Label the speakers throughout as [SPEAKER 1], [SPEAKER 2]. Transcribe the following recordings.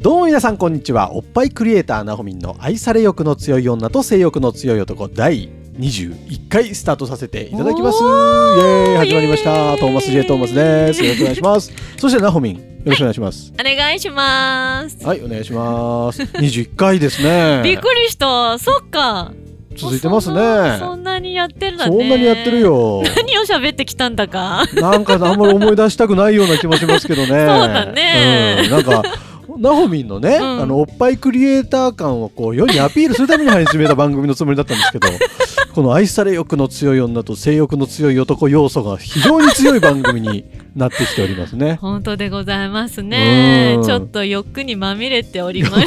[SPEAKER 1] どうも皆さんこんにちはおっぱいクリエイターなほみんの愛され欲の強い女と性欲の強い男第21回スタートさせていただきますイエーイ始まりまし
[SPEAKER 2] イエ
[SPEAKER 1] た
[SPEAKER 2] ーイ
[SPEAKER 1] トーマス J トーマスですよろしくお願いしますそしてなほみんよろしくお願いします
[SPEAKER 2] お願いします。
[SPEAKER 1] はいお願いします21回です
[SPEAKER 2] びっ
[SPEAKER 1] ね
[SPEAKER 2] くりした。そっか。
[SPEAKER 1] 続いてますね
[SPEAKER 2] そんなそ
[SPEAKER 1] そん
[SPEAKER 2] んなにやってるんだね。
[SPEAKER 1] なにやってる。よ
[SPEAKER 2] 何を喋ってきたんだか。
[SPEAKER 1] なんかあんまり思い出したくないような気もします けどねそう
[SPEAKER 2] だね
[SPEAKER 1] ん、なんかなほみんのね、
[SPEAKER 2] うん
[SPEAKER 1] あのおっぱいクリエイター感をこう世にアピールするために始めた番組のつもりだったんですけど この愛され欲の強い女と性欲の強い男要素が非常に強い番組になってきております ね
[SPEAKER 2] 本当でございますね
[SPEAKER 1] う。ん
[SPEAKER 2] ちょっと欲にまみれておりま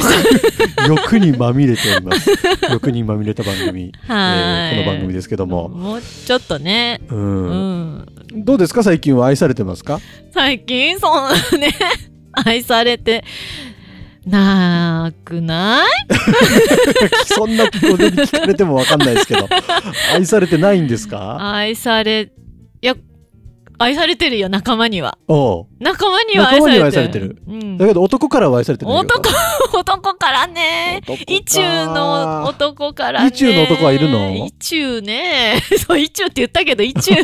[SPEAKER 2] し
[SPEAKER 1] 欲にまみれております欲にまみれた番組、
[SPEAKER 2] た。
[SPEAKER 1] え
[SPEAKER 2] は
[SPEAKER 1] ー
[SPEAKER 2] い。
[SPEAKER 1] この番組ですけども、
[SPEAKER 2] もうちょっとね。
[SPEAKER 1] う
[SPEAKER 2] うんん。
[SPEAKER 1] どうですか最近は愛されてますか
[SPEAKER 2] 最近そんなね 愛されてなくない？
[SPEAKER 1] そんな気候で聞かれてもわかんないですけど愛されてないんですか
[SPEAKER 2] 愛されいや愛されてるよ仲間には。
[SPEAKER 1] おう
[SPEAKER 2] 仲間には愛されてる。うん
[SPEAKER 1] だけど男からは愛されてないよ
[SPEAKER 2] 男男からね。
[SPEAKER 1] 男か
[SPEAKER 2] 意中の男からね。
[SPEAKER 1] 意中の男はいるの
[SPEAKER 2] 意中ね。 そう、意中って言ったけど、意 中ね。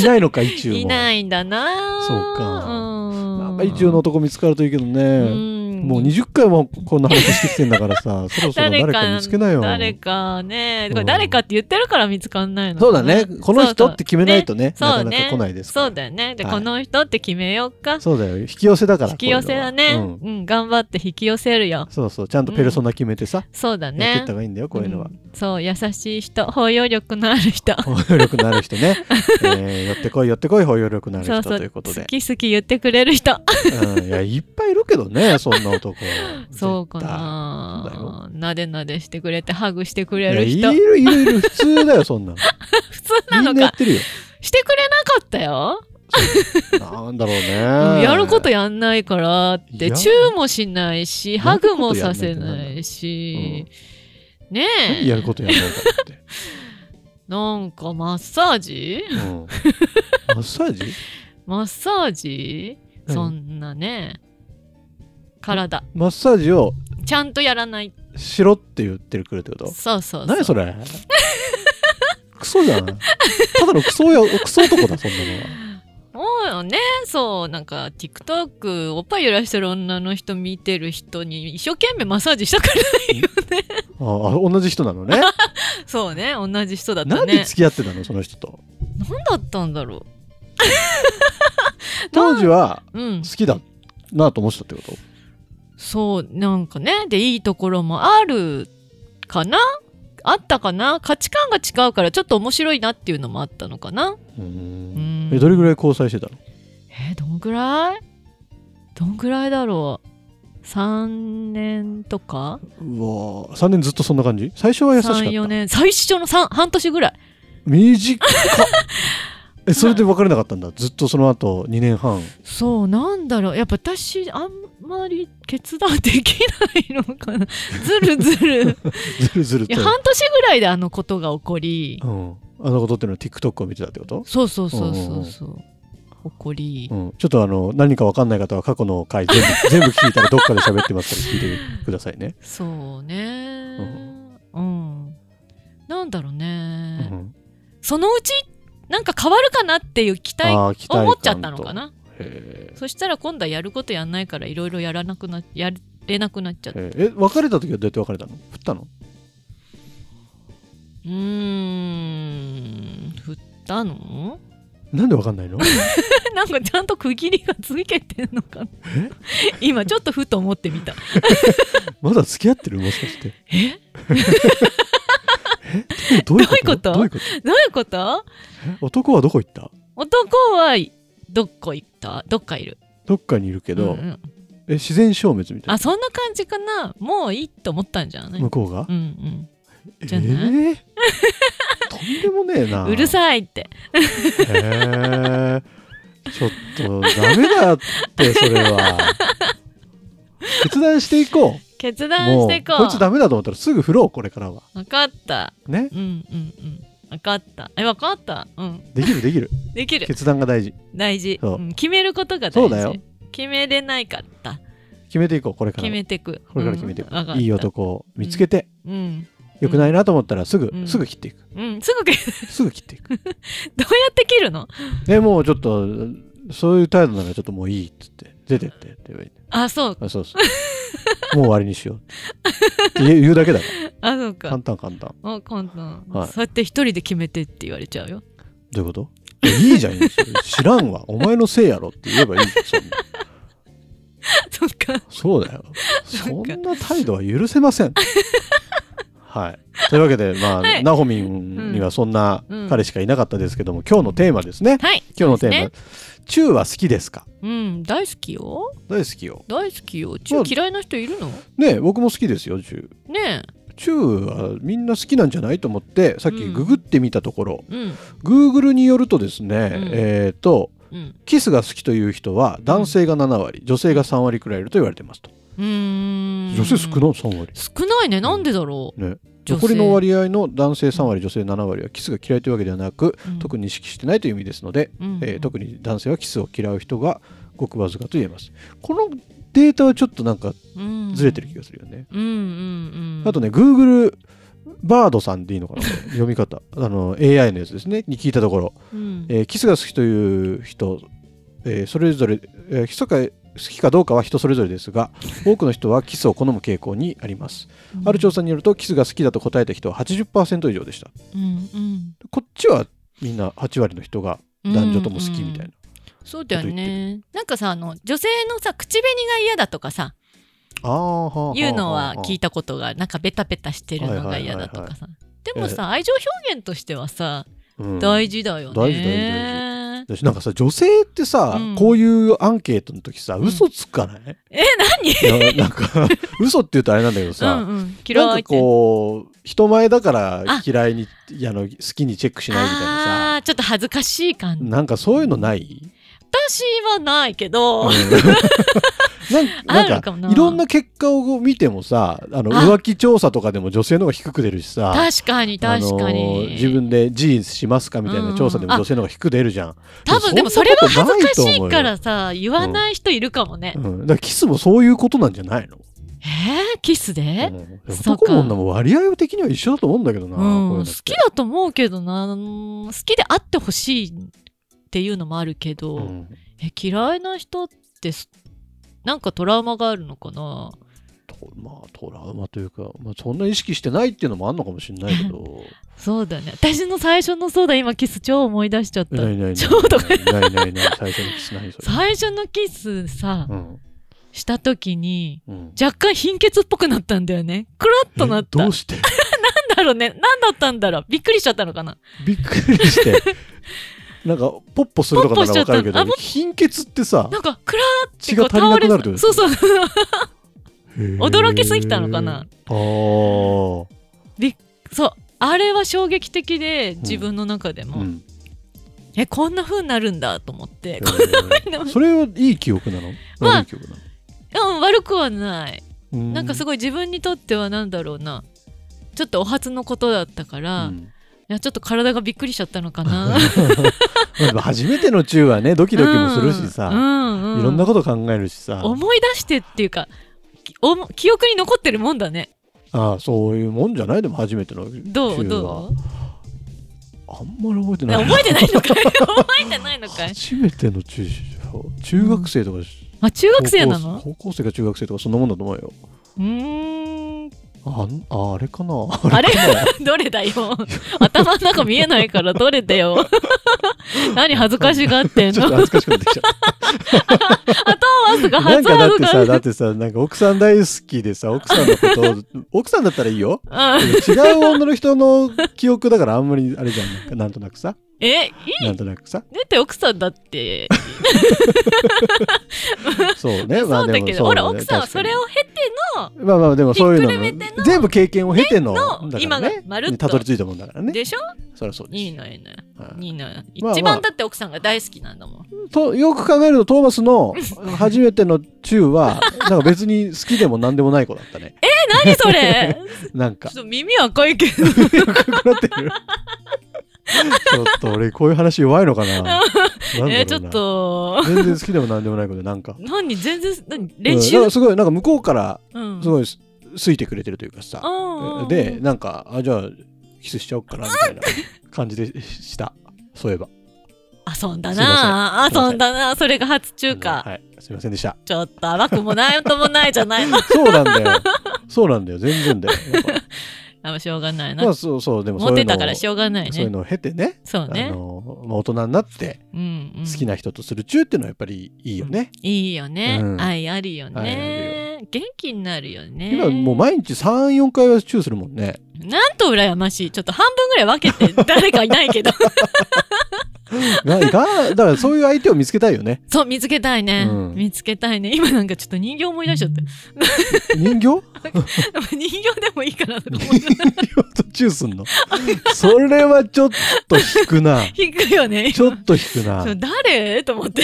[SPEAKER 1] いないのか一中も
[SPEAKER 2] いないんだな。
[SPEAKER 1] そうか
[SPEAKER 2] うん。
[SPEAKER 1] 一中の男見つかるといいけど
[SPEAKER 2] う
[SPEAKER 1] ね、
[SPEAKER 2] ん。
[SPEAKER 1] もう20回もこんな話してきてんだから さそろそろ誰か見つけなよ
[SPEAKER 2] 誰かね。
[SPEAKER 1] うん
[SPEAKER 2] これ誰かって言ってるから見つかんないの。
[SPEAKER 1] そうだねこの人って決めないとね
[SPEAKER 2] そうそ
[SPEAKER 1] な
[SPEAKER 2] う
[SPEAKER 1] かな
[SPEAKER 2] ね
[SPEAKER 1] か来ないです
[SPEAKER 2] そ
[SPEAKER 1] だ
[SPEAKER 2] うだよね。で、
[SPEAKER 1] はい
[SPEAKER 2] この人って決めようか。
[SPEAKER 1] そうだよ引き寄せだから
[SPEAKER 2] 引き寄せだね。
[SPEAKER 1] こうい
[SPEAKER 2] う
[SPEAKER 1] うのはうん
[SPEAKER 2] ん、頑張って引き寄せるよ。
[SPEAKER 1] そうそうちゃんとペルソナ決めてさ、
[SPEAKER 2] そうだ
[SPEAKER 1] やって
[SPEAKER 2] ね
[SPEAKER 1] った。方がいいんだよこういうのは、
[SPEAKER 2] んそう優しい人包容力のある人
[SPEAKER 1] 包容力のある人 ね、えー寄ってこい寄ってこい包容力のある人
[SPEAKER 2] そうそう
[SPEAKER 1] ということで
[SPEAKER 2] 好き好き言ってくれる人
[SPEAKER 1] うん、いやいっぱいいるけどねそんな男
[SPEAKER 2] そうか
[SPEAKER 1] 絶対そう
[SPEAKER 2] ななでなでしてくれてハグしてく
[SPEAKER 1] い
[SPEAKER 2] れ
[SPEAKER 1] や
[SPEAKER 2] る
[SPEAKER 1] い
[SPEAKER 2] 人
[SPEAKER 1] るいるいる普通だよそんなの
[SPEAKER 2] 普通 な
[SPEAKER 1] み
[SPEAKER 2] の
[SPEAKER 1] んなやっ
[SPEAKER 2] か
[SPEAKER 1] てるよ
[SPEAKER 2] してくれなかったよ、
[SPEAKER 1] なんだろう
[SPEAKER 2] うん
[SPEAKER 1] ね。
[SPEAKER 2] やることやんないからっ
[SPEAKER 1] い
[SPEAKER 2] て
[SPEAKER 1] や
[SPEAKER 2] チューもしないし
[SPEAKER 1] や
[SPEAKER 2] ハ
[SPEAKER 1] ること
[SPEAKER 2] グもさせない
[SPEAKER 1] やんない
[SPEAKER 2] し
[SPEAKER 1] っ
[SPEAKER 2] ね
[SPEAKER 1] 何
[SPEAKER 2] え
[SPEAKER 1] やることやんないかって。
[SPEAKER 2] なんかマッサージ
[SPEAKER 1] うん、マッサージ
[SPEAKER 2] マッサージ
[SPEAKER 1] 何
[SPEAKER 2] そんなね体
[SPEAKER 1] マッサージを
[SPEAKER 2] ちゃんとやらない
[SPEAKER 1] しろって言ってくるってこと
[SPEAKER 2] そうそうそう
[SPEAKER 1] 何それクソじゃん。ただのクソや、クソ男だ、そんなのは。
[SPEAKER 2] もうよねそうなんか TikTok おっぱい揺らしてる女の人見てる人に一生懸命マッサージしたから
[SPEAKER 1] ああ同じ人なのね。
[SPEAKER 2] そうね同じ人だったね
[SPEAKER 1] な
[SPEAKER 2] なん
[SPEAKER 1] で付き合ってたの、その人と。
[SPEAKER 2] んだったんだろ
[SPEAKER 1] 当時は
[SPEAKER 2] うう
[SPEAKER 1] 好
[SPEAKER 2] ん
[SPEAKER 1] きだなと思ってたってこと
[SPEAKER 2] そうなんかねでいいところもあるかなあったかな価値観が違うからちょっと面白いなっていうのもあったのかな
[SPEAKER 1] うー。
[SPEAKER 2] うんん
[SPEAKER 1] え、どれぐらい交際してたの
[SPEAKER 2] えーどんぐらいどんぐらいだろう3年とか
[SPEAKER 1] うわ3年ずっとそんな感じ最初は優しかった。
[SPEAKER 2] 34年最初の3半年ぐらい
[SPEAKER 1] 短っえそれで別れなかったんだずっとその後2年 半
[SPEAKER 2] そうなんだろうやっぱ私あんまり決断できないのかな ずるず る
[SPEAKER 1] ずるずる
[SPEAKER 2] い
[SPEAKER 1] と
[SPEAKER 2] や半年ぐらいであのことが起こり
[SPEAKER 1] うん、あのことっていうのは TikTok を見てたってこと、
[SPEAKER 2] そうそうそうそうそう起こり
[SPEAKER 1] うん、ちょっとあの何か分かんない方は過去の回全部 全部聞いたらどっかで喋ってますから聞いてくださいね、
[SPEAKER 2] そうねうんなんだろう
[SPEAKER 1] う
[SPEAKER 2] ね
[SPEAKER 1] ん、
[SPEAKER 2] そのうちなんか変わるかなっていう期待
[SPEAKER 1] あー期待感と
[SPEAKER 2] 思っちゃったのかな
[SPEAKER 1] へー
[SPEAKER 2] そしたら今度はやることやんないからいろいろやらなくなやれなくなっちゃった
[SPEAKER 1] へーえ別れた時はどうやって別れたの振ったの
[SPEAKER 2] うーん振ったの
[SPEAKER 1] なんで分かんない の
[SPEAKER 2] なんかちゃんと区切りがつけてんのかな
[SPEAKER 1] え
[SPEAKER 2] 今ちょっとふと思ってみた
[SPEAKER 1] まだ付き合ってるもしかして
[SPEAKER 2] え
[SPEAKER 1] えどういうこと
[SPEAKER 2] どういう
[SPEAKER 1] こと
[SPEAKER 2] どういうこと
[SPEAKER 1] え男はどこ行った
[SPEAKER 2] 男はどこ行ったどっかいる
[SPEAKER 1] どっかにいるけど、
[SPEAKER 2] うんうん
[SPEAKER 1] え自然消滅みたい
[SPEAKER 2] あそんな感じかなもういいと思ったんじゃな、
[SPEAKER 1] ない
[SPEAKER 2] うん
[SPEAKER 1] 向こうが、
[SPEAKER 2] うん、
[SPEAKER 1] え
[SPEAKER 2] じゃな
[SPEAKER 1] ー とんでもねえな
[SPEAKER 2] うるさいっ
[SPEAKER 1] へ
[SPEAKER 2] て
[SPEAKER 1] えちょっとダメだってそれは決断していこう
[SPEAKER 2] 決断
[SPEAKER 1] も
[SPEAKER 2] し
[SPEAKER 1] う
[SPEAKER 2] ていこう
[SPEAKER 1] こいつダメだと思ったらすぐ振ろうこれからは
[SPEAKER 2] 分かった
[SPEAKER 1] ね
[SPEAKER 2] うんうんうん分かったえ分かったうん
[SPEAKER 1] できるできる
[SPEAKER 2] できる
[SPEAKER 1] 決断が大事
[SPEAKER 2] 大事、
[SPEAKER 1] そう
[SPEAKER 2] うん決めることが大事
[SPEAKER 1] そうだよ
[SPEAKER 2] 決めれないかった
[SPEAKER 1] 決めていこうこれから
[SPEAKER 2] 決めてく
[SPEAKER 1] これから決めていこ
[SPEAKER 2] うんわかっ
[SPEAKER 1] う
[SPEAKER 2] た
[SPEAKER 1] いい男を見つけて、
[SPEAKER 2] うん
[SPEAKER 1] 良くないなと思ったらすぐ、
[SPEAKER 2] うん
[SPEAKER 1] すぐ切っていく
[SPEAKER 2] うんすぐけ ど
[SPEAKER 1] すぐ切っていく
[SPEAKER 2] うやって切るの
[SPEAKER 1] でもうちょっとそういう態度ならちょっともういいっつって出てってって言えばいい
[SPEAKER 2] あそう
[SPEAKER 1] あそうそう もう終わりにしようって言う言うだけだか
[SPEAKER 2] あそう
[SPEAKER 1] ら
[SPEAKER 2] か
[SPEAKER 1] 簡単簡単
[SPEAKER 2] もう簡単、
[SPEAKER 1] はい
[SPEAKER 2] そうやって一人で決めてって言われちゃうよ
[SPEAKER 1] どういうこといやいいじゃんいいじゃん知らんわお前のせいやろって言えばいいじゃんそんな
[SPEAKER 2] そっか
[SPEAKER 1] そうだよ
[SPEAKER 2] そ
[SPEAKER 1] そ
[SPEAKER 2] っか
[SPEAKER 1] んな態度は許せませんはいというわけでまあ、
[SPEAKER 2] はい
[SPEAKER 1] ナホミンにはそんな彼しかいなかったですけども、今日のテーマですね
[SPEAKER 2] はい
[SPEAKER 1] 今日のテーマ、
[SPEAKER 2] そう
[SPEAKER 1] チューは好きですか
[SPEAKER 2] うん大好きよ
[SPEAKER 1] 大好きよ
[SPEAKER 2] 大好きよ中嫌いな人いるの
[SPEAKER 1] ねえ僕も好きですよチュー
[SPEAKER 2] ね
[SPEAKER 1] チューはみんな好きなんじゃないと思ってさっき
[SPEAKER 2] うん
[SPEAKER 1] ググってみたところ、
[SPEAKER 2] えうん
[SPEAKER 1] Google によるとですね、
[SPEAKER 2] うん
[SPEAKER 1] えっ、と
[SPEAKER 2] うん
[SPEAKER 1] キスが好きという人は男性が7割、女性が3割くらいいると言われてますと、
[SPEAKER 2] うーん
[SPEAKER 1] 女性少ない3割
[SPEAKER 2] 少ないねなんでだろう、
[SPEAKER 1] ね
[SPEAKER 2] 女性
[SPEAKER 1] 残りの割合の男性3割女性7割はキスが嫌いというわけではなく、
[SPEAKER 2] うん
[SPEAKER 1] 特に意識してないという意味ですので、
[SPEAKER 2] うん
[SPEAKER 1] えー特に男性はキスを嫌う人がごくわずかと言えますこのデータはちょっとなんか
[SPEAKER 2] うん
[SPEAKER 1] ずれてる気がするよね、
[SPEAKER 2] うんうんうん
[SPEAKER 1] あとね Google バードさんでいいのかな読み方 あの AI のやつですねに聞いたところ、
[SPEAKER 2] うん
[SPEAKER 1] えーキスが好きという人、えーそれぞれ、えー、密か好きかどうかは人それぞれです が多くの人はキスを好む傾向にあります、ある調査によるとキスが好きだと答えた人は80%以上でした
[SPEAKER 2] うんうん
[SPEAKER 1] こっちはみんな8割の人が
[SPEAKER 2] うん
[SPEAKER 1] 男女とも好きみたいな、
[SPEAKER 2] うんそうだよねなんかさあの女性のさ口紅が嫌だとかさ
[SPEAKER 1] ああはあはあ
[SPEAKER 2] いうのは聞いたことがなんかベタベタしてるのが嫌だとかさでもさ愛情表現としてはさ
[SPEAKER 1] うん
[SPEAKER 2] 大事だよね
[SPEAKER 1] 大事大私なんかさ女性ってさ、
[SPEAKER 2] うん
[SPEAKER 1] こういうアンケートの時さ
[SPEAKER 2] ん
[SPEAKER 1] 嘘つかない、
[SPEAKER 2] え何
[SPEAKER 1] いやなんか嘘って言うとあれなんだけどさ、
[SPEAKER 2] うんうん嫌
[SPEAKER 1] なん
[SPEAKER 2] い
[SPEAKER 1] か
[SPEAKER 2] って
[SPEAKER 1] こう人前だから
[SPEAKER 2] あ
[SPEAKER 1] 嫌いにあの好きにチェックしないみたいなさ
[SPEAKER 2] あーちょっと恥ずかしい感じ
[SPEAKER 1] なんかそういうのない、
[SPEAKER 2] 私はないけど、
[SPEAKER 1] なんなん
[SPEAKER 2] あるかも
[SPEAKER 1] か
[SPEAKER 2] ない
[SPEAKER 1] ろんな結果を見てもさあの
[SPEAKER 2] あ
[SPEAKER 1] 浮気調査とかでも女性の方が低く出るしさ
[SPEAKER 2] 確かに確かに、
[SPEAKER 1] あのー自分で自立しますかみたいな調査で
[SPEAKER 2] うん
[SPEAKER 1] も
[SPEAKER 2] あ
[SPEAKER 1] 女性の方が低く出るじゃん。
[SPEAKER 2] 多分でもそれは恥ずかし
[SPEAKER 1] そんなことないと思う
[SPEAKER 2] い
[SPEAKER 1] よ
[SPEAKER 2] からさ言わない人いるかもね、
[SPEAKER 1] うん、だからキスもそういうことなんじゃないの
[SPEAKER 2] えー、キスで、
[SPEAKER 1] うん
[SPEAKER 2] そうか
[SPEAKER 1] 男も女も割合的には一緒だと思うんだけどな、
[SPEAKER 2] うん
[SPEAKER 1] こういうの
[SPEAKER 2] 好
[SPEAKER 1] って
[SPEAKER 2] きだと思うけどなうん好きであってほしいっていうのもあるけど、
[SPEAKER 1] うん
[SPEAKER 2] え嫌いな人ってすなんかトラウマがあるのかな
[SPEAKER 1] とまあトラウマというか、まあ、そんな意識してないっていうのもあんのかもしれないけど
[SPEAKER 2] そうだね私の最初のそうだ今キス超思い出しちゃっ
[SPEAKER 1] え
[SPEAKER 2] た
[SPEAKER 1] ないないない
[SPEAKER 2] 超とか
[SPEAKER 1] ないないないない最初にキスないそれ、
[SPEAKER 2] 最初のキスさ、
[SPEAKER 1] うん
[SPEAKER 2] した時に
[SPEAKER 1] うん、
[SPEAKER 2] 若干貧血っぽくなったんだよねクラッとなっ
[SPEAKER 1] えど
[SPEAKER 2] たなん
[SPEAKER 1] うして
[SPEAKER 2] だろうねなんだったんだろうびっくりしちゃったのかな
[SPEAKER 1] びっくり してなんかポッポするとかならわかるけ
[SPEAKER 2] ポッポしちゃったあ
[SPEAKER 1] ど
[SPEAKER 2] ポッ
[SPEAKER 1] 貧血ってさ
[SPEAKER 2] なんかクラーって
[SPEAKER 1] 血
[SPEAKER 2] こ
[SPEAKER 1] が
[SPEAKER 2] う
[SPEAKER 1] 足りな
[SPEAKER 2] 倒
[SPEAKER 1] く
[SPEAKER 2] れ
[SPEAKER 1] なるってこと
[SPEAKER 2] そうそう
[SPEAKER 1] へー
[SPEAKER 2] 驚きすぎたのかな
[SPEAKER 1] あー
[SPEAKER 2] そうあれは衝撃的で自分の中でも、
[SPEAKER 1] うん
[SPEAKER 2] えこんな風になるんだと思って、
[SPEAKER 1] へーそれはいい記憶なの
[SPEAKER 2] まあ
[SPEAKER 1] 悪い記憶なの
[SPEAKER 2] うん、悪くはない
[SPEAKER 1] うん
[SPEAKER 2] なんかすごい自分にとってはなんだろうなちょっとお初のことだったから、
[SPEAKER 1] う
[SPEAKER 2] い
[SPEAKER 1] ん
[SPEAKER 2] やちょっと体がびっくりしちゃったのか
[SPEAKER 1] ま
[SPEAKER 2] な
[SPEAKER 1] あでも初めての中はねドキドキもするし
[SPEAKER 2] うん
[SPEAKER 1] さ、
[SPEAKER 2] うんうん
[SPEAKER 1] いろんなこと考えるしさ
[SPEAKER 2] 思い出してっていうかきおも記憶に残ってるもんだね
[SPEAKER 1] ああそういうもんじゃないでも初めての中
[SPEAKER 2] どう
[SPEAKER 1] は
[SPEAKER 2] ど
[SPEAKER 1] あんまり覚えて
[SPEAKER 2] うね
[SPEAKER 1] ない
[SPEAKER 2] 覚えてない のかい覚えてないのかい
[SPEAKER 1] 初めての中中学生とか、
[SPEAKER 2] あ中学生な
[SPEAKER 1] 高校
[SPEAKER 2] の
[SPEAKER 1] 高校生か中学生とかそんなもんだと思うよ
[SPEAKER 2] うーん
[SPEAKER 1] あんああれかな
[SPEAKER 2] あれどれだよ頭の中見えないからどれだよ何恥ずかしがって ん
[SPEAKER 1] ちょっ
[SPEAKER 2] の
[SPEAKER 1] と恥ずかしくなってき ちゃった。
[SPEAKER 2] マス
[SPEAKER 1] な
[SPEAKER 2] が
[SPEAKER 1] ん
[SPEAKER 2] 初
[SPEAKER 1] かだっ
[SPEAKER 2] 恥ず
[SPEAKER 1] て
[SPEAKER 2] かし
[SPEAKER 1] さ、
[SPEAKER 2] い
[SPEAKER 1] だってさ、なんか奥さん大好きでさ、奥さんのことを、 奥さんだったらいいよ。
[SPEAKER 2] うん
[SPEAKER 1] 違う女の人の記憶だからあんまりあれじゃん。なんかなんとなくさ。
[SPEAKER 2] えい
[SPEAKER 1] なんとなくさ。
[SPEAKER 2] だって奥さんだって
[SPEAKER 1] そうね。ま
[SPEAKER 2] そ
[SPEAKER 1] あ
[SPEAKER 2] うだ
[SPEAKER 1] でも
[SPEAKER 2] けど、
[SPEAKER 1] そう
[SPEAKER 2] ほ
[SPEAKER 1] だ
[SPEAKER 2] ら
[SPEAKER 1] ね
[SPEAKER 2] 奥さんはそれを経て
[SPEAKER 1] 確かにまあまあでもそういう
[SPEAKER 2] ひっくるめ
[SPEAKER 1] の
[SPEAKER 2] ての
[SPEAKER 1] 全部経験を経ての
[SPEAKER 2] の
[SPEAKER 1] だか
[SPEAKER 2] 今
[SPEAKER 1] ら
[SPEAKER 2] が
[SPEAKER 1] ね
[SPEAKER 2] まるっと
[SPEAKER 1] にたどり着いたもんだからね
[SPEAKER 2] でしょ
[SPEAKER 1] そりゃそうです
[SPEAKER 2] いいのいいの
[SPEAKER 1] はい
[SPEAKER 2] いいの
[SPEAKER 1] まあ
[SPEAKER 2] 一番だって奥さんが大好きなんだもん
[SPEAKER 1] とよく考えるとトーマス の初めてのチューはなんか別に好きでも何でもない子だったね
[SPEAKER 2] 何 それ
[SPEAKER 1] なん
[SPEAKER 2] ちょ
[SPEAKER 1] か
[SPEAKER 2] っと耳赤いけど
[SPEAKER 1] 暗くなって るちょっと俺こういう話弱いのかななんだろうな
[SPEAKER 2] えーちょっと
[SPEAKER 1] 全然好きでも何でもない子でなんか
[SPEAKER 2] 何全然何
[SPEAKER 1] う
[SPEAKER 2] 練
[SPEAKER 1] ん
[SPEAKER 2] 習、
[SPEAKER 1] だ
[SPEAKER 2] う
[SPEAKER 1] からすごいなんか向こうから
[SPEAKER 2] ん
[SPEAKER 1] すごいす好いてくれてるというかさ
[SPEAKER 2] あー
[SPEAKER 1] でなんかあじゃあキスしちゃおうかなみたいな感じでしたそういえば
[SPEAKER 2] 遊んだなあ
[SPEAKER 1] すいません
[SPEAKER 2] 遊んだなあそれが初中
[SPEAKER 1] あの
[SPEAKER 2] 華
[SPEAKER 1] はいすいませんでした
[SPEAKER 2] ちょっと甘くもないともないじゃないの
[SPEAKER 1] そうなんだ よそうなんだよ全然だよやっ
[SPEAKER 2] あもうしょうがな
[SPEAKER 1] ぱ
[SPEAKER 2] い
[SPEAKER 1] ま
[SPEAKER 2] な
[SPEAKER 1] あそうそうでもそ
[SPEAKER 2] モ
[SPEAKER 1] うい
[SPEAKER 2] テ
[SPEAKER 1] うの
[SPEAKER 2] た
[SPEAKER 1] を
[SPEAKER 2] からしょうがない
[SPEAKER 1] そういう
[SPEAKER 2] ね
[SPEAKER 1] のを経てね
[SPEAKER 2] そ
[SPEAKER 1] あ
[SPEAKER 2] うね
[SPEAKER 1] のまあ大人になって
[SPEAKER 2] うんうん
[SPEAKER 1] 好きな人とする中っていうのはやっぱりいいよね、
[SPEAKER 2] いいよね、
[SPEAKER 1] うん
[SPEAKER 2] 愛あるよ
[SPEAKER 1] 愛
[SPEAKER 2] ね元気になるよね
[SPEAKER 1] 今もう毎日34回はチューするもんね
[SPEAKER 2] なんと羨ましいちょっと半分ぐらい分けて誰かいない けど
[SPEAKER 1] ががだからそういう相手を見つけたいよ ね
[SPEAKER 2] そう見つけたいね、
[SPEAKER 1] うん
[SPEAKER 2] 見つけたいね今なんかちょっと人形思い出しち ゃって
[SPEAKER 1] 人形
[SPEAKER 2] 人形でもいいからとか思っ
[SPEAKER 1] 人
[SPEAKER 2] て
[SPEAKER 1] 形とチューすんのそれはちょっと引くな
[SPEAKER 2] 引くよね
[SPEAKER 1] ちょっと引 くな
[SPEAKER 2] そう誰と思って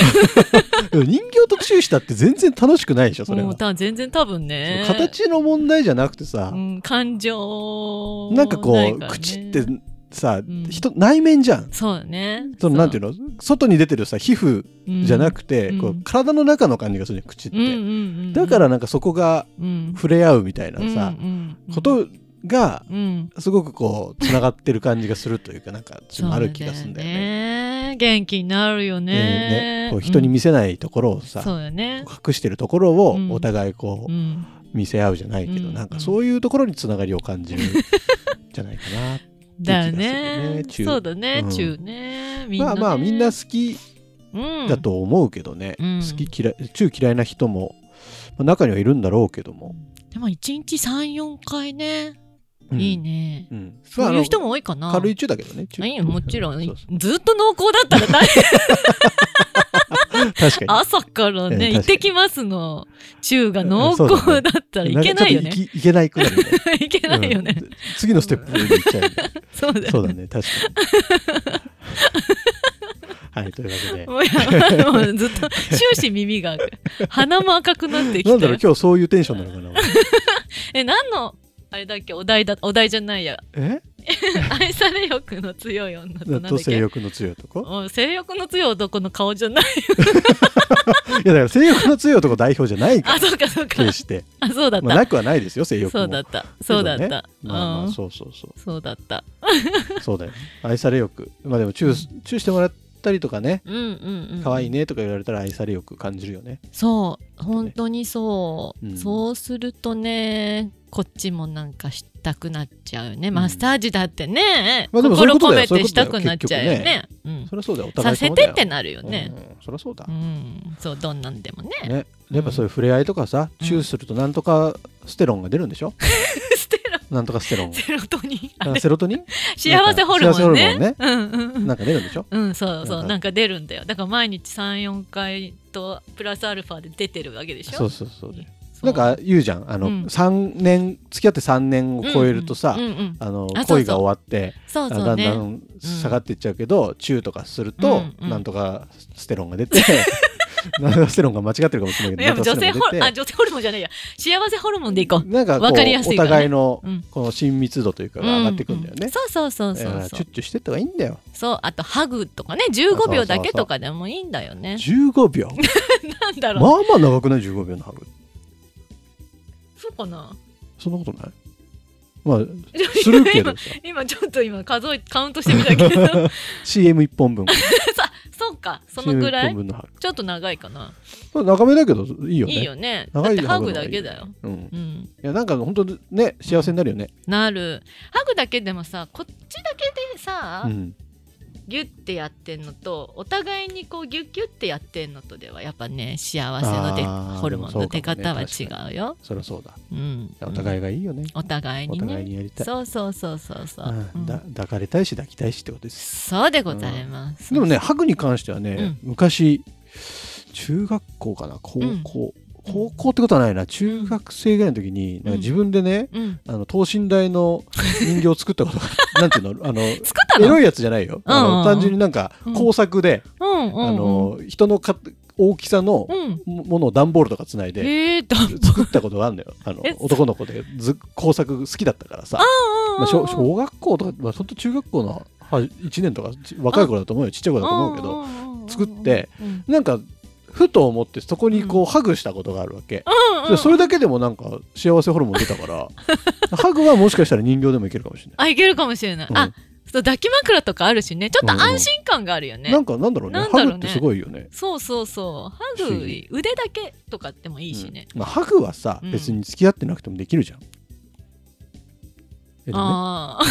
[SPEAKER 1] でも人形とチューしたって全然楽しくないでしょ それ
[SPEAKER 2] も
[SPEAKER 1] は
[SPEAKER 2] う。た全然多分ね
[SPEAKER 1] そう形の問題じゃなくてさ
[SPEAKER 2] う、ん感情
[SPEAKER 1] なんかこう
[SPEAKER 2] ないらね
[SPEAKER 1] 口ってさ、
[SPEAKER 2] ん
[SPEAKER 1] 人内面じゃん。
[SPEAKER 2] そうだね
[SPEAKER 1] そのなんていうの外に出てるさ皮膚
[SPEAKER 2] の
[SPEAKER 1] じゃなくて、
[SPEAKER 2] うん
[SPEAKER 1] こ
[SPEAKER 2] う
[SPEAKER 1] うん体の中の感じがするじゃん口って、
[SPEAKER 2] うんうんうん、
[SPEAKER 1] だからなんかそこが
[SPEAKER 2] うん
[SPEAKER 1] 触れ合うみたいなさ、
[SPEAKER 2] うんうんうん
[SPEAKER 1] ことが
[SPEAKER 2] うん
[SPEAKER 1] すごくこうつながってる感じがするというかなんかそういうのある気がするんだよね。
[SPEAKER 2] ね。元気になるよ
[SPEAKER 1] うん
[SPEAKER 2] ね。
[SPEAKER 1] ねこう人に見せないところを
[SPEAKER 2] せ
[SPEAKER 1] さ、
[SPEAKER 2] そうだね。
[SPEAKER 1] 隠してるところを
[SPEAKER 2] うん
[SPEAKER 1] お互いこう、
[SPEAKER 2] うん、
[SPEAKER 1] 見せ合うじゃないけど、
[SPEAKER 2] うん
[SPEAKER 1] なんかそういうところにつながりを感じるじゃないかな。
[SPEAKER 2] だよ
[SPEAKER 1] い
[SPEAKER 2] ね
[SPEAKER 1] い気がするね中
[SPEAKER 2] そ
[SPEAKER 1] う
[SPEAKER 2] うだね、
[SPEAKER 1] ん
[SPEAKER 2] 中ね みんな
[SPEAKER 1] まあ
[SPEAKER 2] ね
[SPEAKER 1] まあみんな好き
[SPEAKER 2] うん
[SPEAKER 1] だと思うけどね、
[SPEAKER 2] うん
[SPEAKER 1] 好き嫌い中嫌いな人も、まあ、中にはいるんだろうけども、
[SPEAKER 2] でも一日三四回ね、
[SPEAKER 1] うん
[SPEAKER 2] いい、ね
[SPEAKER 1] うん、
[SPEAKER 2] そういう人
[SPEAKER 1] も
[SPEAKER 2] も多いかな
[SPEAKER 1] 軽い中だけどね中
[SPEAKER 2] いいよもちろん
[SPEAKER 1] そうそう
[SPEAKER 2] ずっと濃厚だ ったら大変
[SPEAKER 1] 確かに
[SPEAKER 2] 朝から
[SPEAKER 1] うん確か
[SPEAKER 2] ね
[SPEAKER 1] に
[SPEAKER 2] 行ってきますの中が濃
[SPEAKER 1] そうだね
[SPEAKER 2] 厚だったらいけないよね
[SPEAKER 1] んかちょっといきいけないくなるよね
[SPEAKER 2] いけないよね、
[SPEAKER 1] うん次のステップに行っちゃうよね、
[SPEAKER 2] そうだよね
[SPEAKER 1] そうだね確 かにはいというわけで
[SPEAKER 2] もうやばいもうずっと終始耳が鼻も赤くなっ
[SPEAKER 1] な
[SPEAKER 2] てき
[SPEAKER 1] んだろう
[SPEAKER 2] て
[SPEAKER 1] 今日そういうテンションなのかな 俺
[SPEAKER 2] え何のあれだっけお題だお題じゃないや
[SPEAKER 1] え
[SPEAKER 2] 愛され欲の強い女となんだっ
[SPEAKER 1] と性
[SPEAKER 2] け
[SPEAKER 1] 欲の強い男
[SPEAKER 2] うん性欲の強い男の顔じゃない
[SPEAKER 1] いやだから性欲の強い男代表じゃないか
[SPEAKER 2] あ
[SPEAKER 1] ら
[SPEAKER 2] そうかそうか
[SPEAKER 1] 決して、
[SPEAKER 2] あそうだった、
[SPEAKER 1] まあ、なくはないですよ性欲も
[SPEAKER 2] そうだったそうだった、
[SPEAKER 1] けどねまあま
[SPEAKER 2] う
[SPEAKER 1] あ
[SPEAKER 2] ん
[SPEAKER 1] そうそうそう
[SPEAKER 2] そうだった
[SPEAKER 1] そうだよ愛され欲まあでもチュースチューしてもらったりとかね
[SPEAKER 2] うんうんうん
[SPEAKER 1] 可愛いねとか言われたら愛され欲感じるよね
[SPEAKER 2] そう本当にそう、
[SPEAKER 1] うん
[SPEAKER 2] そうするとねこっちもなんかしたくなっちゃうよね、
[SPEAKER 1] ん
[SPEAKER 2] マッサージだってね、
[SPEAKER 1] まあでもそういう
[SPEAKER 2] 心
[SPEAKER 1] こと
[SPEAKER 2] 込
[SPEAKER 1] だよ
[SPEAKER 2] めてしたくなっちゃうよねうん
[SPEAKER 1] そりゃそうだよお互
[SPEAKER 2] さ
[SPEAKER 1] い
[SPEAKER 2] せ
[SPEAKER 1] 様だ
[SPEAKER 2] て
[SPEAKER 1] よ
[SPEAKER 2] ってなるよね。
[SPEAKER 1] うんそりゃそうだ
[SPEAKER 2] う、ん、そうどんなんでもね。
[SPEAKER 1] ねやっぱそういう触れ合いとかさ、
[SPEAKER 2] うん
[SPEAKER 1] チューするとなんとかステロンが出るんでしょ、
[SPEAKER 2] ステロ
[SPEAKER 1] なんとかステロン
[SPEAKER 2] セロトニン あ
[SPEAKER 1] あ
[SPEAKER 2] れ
[SPEAKER 1] セロトニン
[SPEAKER 2] 幸せホルモンね。うんうんう。
[SPEAKER 1] なんんか出るんでしょ
[SPEAKER 2] うんそうそ
[SPEAKER 1] な
[SPEAKER 2] う
[SPEAKER 1] んか
[SPEAKER 2] なんか出るんだよ。だから毎日三四回とプラスアルファで出てるわけでしょ。
[SPEAKER 1] そうそうそう
[SPEAKER 2] そう
[SPEAKER 1] なんか言うじゃんあの、
[SPEAKER 2] うん
[SPEAKER 1] 三年付き合って3年を超えるとさ、
[SPEAKER 2] うんうんうんうん
[SPEAKER 1] あの
[SPEAKER 2] あそうそう
[SPEAKER 1] 恋が終わって
[SPEAKER 2] そう
[SPEAKER 1] あ
[SPEAKER 2] そうね。
[SPEAKER 1] だんだん下がっていっちゃうけど、チューとかすると、
[SPEAKER 2] うんうん
[SPEAKER 1] なんとかステロンが出 てなんとかステロンが間違ってるかもしれない
[SPEAKER 2] い
[SPEAKER 1] け
[SPEAKER 2] や
[SPEAKER 1] どなんとか
[SPEAKER 2] 女
[SPEAKER 1] ステ
[SPEAKER 2] 性
[SPEAKER 1] ロ
[SPEAKER 2] ホ
[SPEAKER 1] ンが出
[SPEAKER 2] ルあ
[SPEAKER 1] て
[SPEAKER 2] 女性ホルモンじゃないや幸せホルモンでいこう。
[SPEAKER 1] なんかこう
[SPEAKER 2] わかりやすい
[SPEAKER 1] お
[SPEAKER 2] からね
[SPEAKER 1] 互いの
[SPEAKER 2] うん
[SPEAKER 1] この親密度というかが上がってくんだよ
[SPEAKER 2] うう
[SPEAKER 1] ね。
[SPEAKER 2] そうそうそう
[SPEAKER 1] だ
[SPEAKER 2] そ
[SPEAKER 1] から
[SPEAKER 2] うそ
[SPEAKER 1] チュ
[SPEAKER 2] う
[SPEAKER 1] ッチュしてった方がいいんだよ。
[SPEAKER 2] そうあとハグとかね15秒だけとかでもいいんだよね
[SPEAKER 1] 15秒。
[SPEAKER 2] なん
[SPEAKER 1] ま
[SPEAKER 2] だ
[SPEAKER 1] あ
[SPEAKER 2] ろう、
[SPEAKER 1] まあ長くない ?15 秒のハグ。
[SPEAKER 2] そうかな
[SPEAKER 1] そんなことないまあ、するけ どさ。
[SPEAKER 2] 今ちょっと今数えカウントしてみた けど
[SPEAKER 1] CM1 本分。
[SPEAKER 2] そうかそのくら
[SPEAKER 1] CM 一本分
[SPEAKER 2] い
[SPEAKER 1] のハグ
[SPEAKER 2] ちょっと長いかな
[SPEAKER 1] まあ長めだけどいいよね。
[SPEAKER 2] いいよねだ
[SPEAKER 1] 長
[SPEAKER 2] っ
[SPEAKER 1] い
[SPEAKER 2] てハ
[SPEAKER 1] のが
[SPEAKER 2] グ
[SPEAKER 1] い
[SPEAKER 2] だ
[SPEAKER 1] い
[SPEAKER 2] けだよ、
[SPEAKER 1] うん。
[SPEAKER 2] うん、
[SPEAKER 1] いやなんか本当ね幸せになるよね。
[SPEAKER 2] なるハグだけでもさこっちだけでさ、
[SPEAKER 1] うん。
[SPEAKER 2] ギュッてやってんのとお互いにこうギュッギュッてやってんのとではやっぱね幸せので
[SPEAKER 1] あー
[SPEAKER 2] ホルモンの出方は
[SPEAKER 1] そう
[SPEAKER 2] 違
[SPEAKER 1] か
[SPEAKER 2] うよ。
[SPEAKER 1] そりゃそうだ
[SPEAKER 2] うん、
[SPEAKER 1] お互いがいいよね、
[SPEAKER 2] お互い
[SPEAKER 1] お
[SPEAKER 2] に
[SPEAKER 1] 互い
[SPEAKER 2] ね
[SPEAKER 1] にやりたい
[SPEAKER 2] そうそうそうそうそう、
[SPEAKER 1] う
[SPEAKER 2] うんん
[SPEAKER 1] だ抱かれたいし抱きたいしってことです
[SPEAKER 2] そうでございます、
[SPEAKER 1] でもねハグに関してはね、昔中学校かな高校、高校ってことはないな中学生ぐらいの時になんか自分でね、
[SPEAKER 2] うん、
[SPEAKER 1] あの等身大 の人形を作ったことが なんていうのあのエ
[SPEAKER 2] 作ったの
[SPEAKER 1] ロいやつじゃないよ、あ
[SPEAKER 2] うんうんう
[SPEAKER 1] の
[SPEAKER 2] ん
[SPEAKER 1] 単純になんか
[SPEAKER 2] うん
[SPEAKER 1] 工作で、
[SPEAKER 2] うんうんうん
[SPEAKER 1] あの人のか大きさの
[SPEAKER 2] うん
[SPEAKER 1] ものを段ボールとかつないで
[SPEAKER 2] えー、だ
[SPEAKER 1] 作ったことがあるのよあの
[SPEAKER 2] え
[SPEAKER 1] 男の子でず工作好きだったからさまあ、小小学校とか、まあ、本当中学校の1年とかち若い頃だと思うよちっちゃい頃だと思うけど
[SPEAKER 2] ど
[SPEAKER 1] 作って、
[SPEAKER 2] うん
[SPEAKER 1] なんかふと思ってそこにこうハグしたことがあるわけ、
[SPEAKER 2] うんうん
[SPEAKER 1] でそれだけでもなんか幸せホルモン出たから ハグはもしかしたら人形でもいけるかもしれない、
[SPEAKER 2] あいけるかもしれない、
[SPEAKER 1] う
[SPEAKER 2] あ
[SPEAKER 1] ん
[SPEAKER 2] そう抱き枕とかあるしねちょっと安心感があるよね、
[SPEAKER 1] なんかなんだろうね
[SPEAKER 2] なんだろうね
[SPEAKER 1] ハグってすごいよね
[SPEAKER 2] そうそうそうハ
[SPEAKER 1] 不
[SPEAKER 2] グ
[SPEAKER 1] 思議
[SPEAKER 2] 腕だけとかってもいいしね、
[SPEAKER 1] うんまあ、ハグはさ、
[SPEAKER 2] うん
[SPEAKER 1] 別に付き合ってなくてもできるじゃん、えっとね
[SPEAKER 2] ああ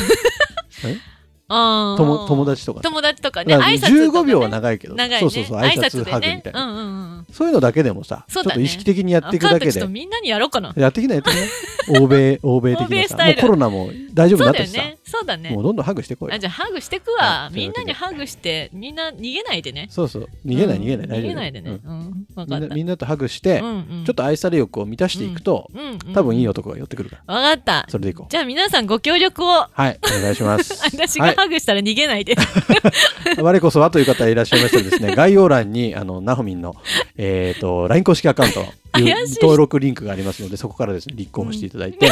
[SPEAKER 1] え
[SPEAKER 2] あー
[SPEAKER 1] とも友達とかね
[SPEAKER 2] 友達とかね
[SPEAKER 1] だから
[SPEAKER 2] 挨拶とか、ね、
[SPEAKER 1] 15秒は長いけど
[SPEAKER 2] 長いね
[SPEAKER 1] そうそうそう挨拶ハグみたいな、
[SPEAKER 2] な、うんうんうん、
[SPEAKER 1] そういうのだけでもさ、ちょ
[SPEAKER 2] そ
[SPEAKER 1] っ
[SPEAKER 2] うだね
[SPEAKER 1] と意識的にやっていくだけ
[SPEAKER 2] あカンタち
[SPEAKER 1] で
[SPEAKER 2] ょっとみんなにやろうかな
[SPEAKER 1] やってきないやってきない欧 米欧米的
[SPEAKER 2] 欧米
[SPEAKER 1] な
[SPEAKER 2] ス
[SPEAKER 1] さ
[SPEAKER 2] タ
[SPEAKER 1] もう
[SPEAKER 2] イル
[SPEAKER 1] コロナも大丈夫に
[SPEAKER 2] そ
[SPEAKER 1] なっ
[SPEAKER 2] うだ
[SPEAKER 1] た
[SPEAKER 2] よ
[SPEAKER 1] しさ、
[SPEAKER 2] ねそうだね
[SPEAKER 1] もうどんどんハグしてこい
[SPEAKER 2] あ
[SPEAKER 1] よ
[SPEAKER 2] じゃあハグしてくわ、
[SPEAKER 1] はい
[SPEAKER 2] みんなにハグしてみんな逃げないでね
[SPEAKER 1] そうそう逃げない逃げない、
[SPEAKER 2] う
[SPEAKER 1] 大
[SPEAKER 2] ん
[SPEAKER 1] 丈夫
[SPEAKER 2] 逃げないでね、
[SPEAKER 1] うん
[SPEAKER 2] うん、分
[SPEAKER 1] みん
[SPEAKER 2] かっ
[SPEAKER 1] な
[SPEAKER 2] た
[SPEAKER 1] みんなとハグして、
[SPEAKER 2] うんうん
[SPEAKER 1] ちょっと愛され欲を満たしていくと、
[SPEAKER 2] うんうん
[SPEAKER 1] 多分いい男が寄ってくるから、
[SPEAKER 2] 分かった
[SPEAKER 1] それでいこう
[SPEAKER 2] じゃあ皆さんご協力を
[SPEAKER 1] はいお願いします
[SPEAKER 2] 私
[SPEAKER 1] は
[SPEAKER 2] が
[SPEAKER 1] い
[SPEAKER 2] ハグしたら逃げないで、
[SPEAKER 1] 我こそはという方いらっしゃいましたら ですね概要欄にあのナホミンの、えー、と LINE 公式アカウント
[SPEAKER 2] 怪しい
[SPEAKER 1] 登録リンクがありますのでそこからですね立候補していただいて、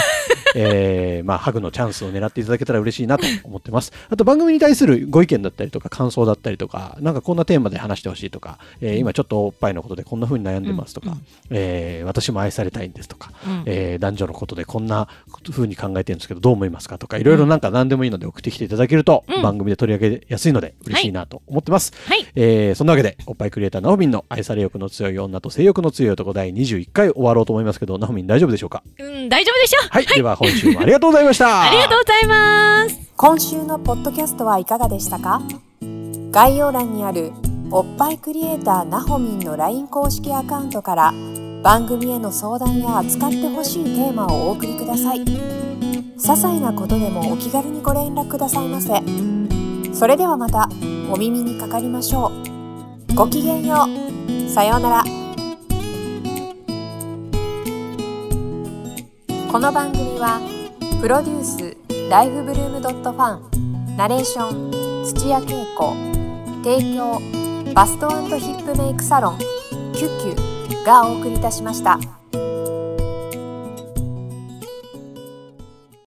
[SPEAKER 1] えーまあ、ハグのチャンスを狙っていただけたら嬉しいなと思ってますあと番組に対するご意見だったりとか感想だったりとかなんかこんなテーマで話してほしいとか、えー今ちょっとおっぱいのことでこんな風に悩んでますとか、
[SPEAKER 2] うんうん
[SPEAKER 1] えー私も愛されたいんですとか、
[SPEAKER 2] うん
[SPEAKER 1] えー男女のことでこんな風に考えてるんですけどどう思いますかとかいろいろなんか何でもいいので送ってきていただけると、
[SPEAKER 2] うん
[SPEAKER 1] 番組で取り上げやすいので嬉しいなと思ってます、
[SPEAKER 2] はい
[SPEAKER 1] えーそんなわけでおっぱいクリエイターナホミンの愛され欲の強い女と性欲の強い男第21回終わろうと思いますけどナホミン大丈夫でしょうか
[SPEAKER 2] うん大丈夫でしょ
[SPEAKER 1] はい、では本週もありがとうございました
[SPEAKER 2] ありがとうございます
[SPEAKER 3] 今週のポッドキャストはいかがでしたか概要欄にあるおっぱいクリエイターなほみんの LINE 公式アカウントから番組への相談や扱ってほしいテーマをお送りください些細なことでもお気軽にご連絡くださいませそれではまたお耳にかかりましょうごきげんようさようならこの番組は「プロデュースライフブルームドットファンナレーション土屋恵子提供バストヒップメイクサロン「キュッキュ」がお送りいたしました。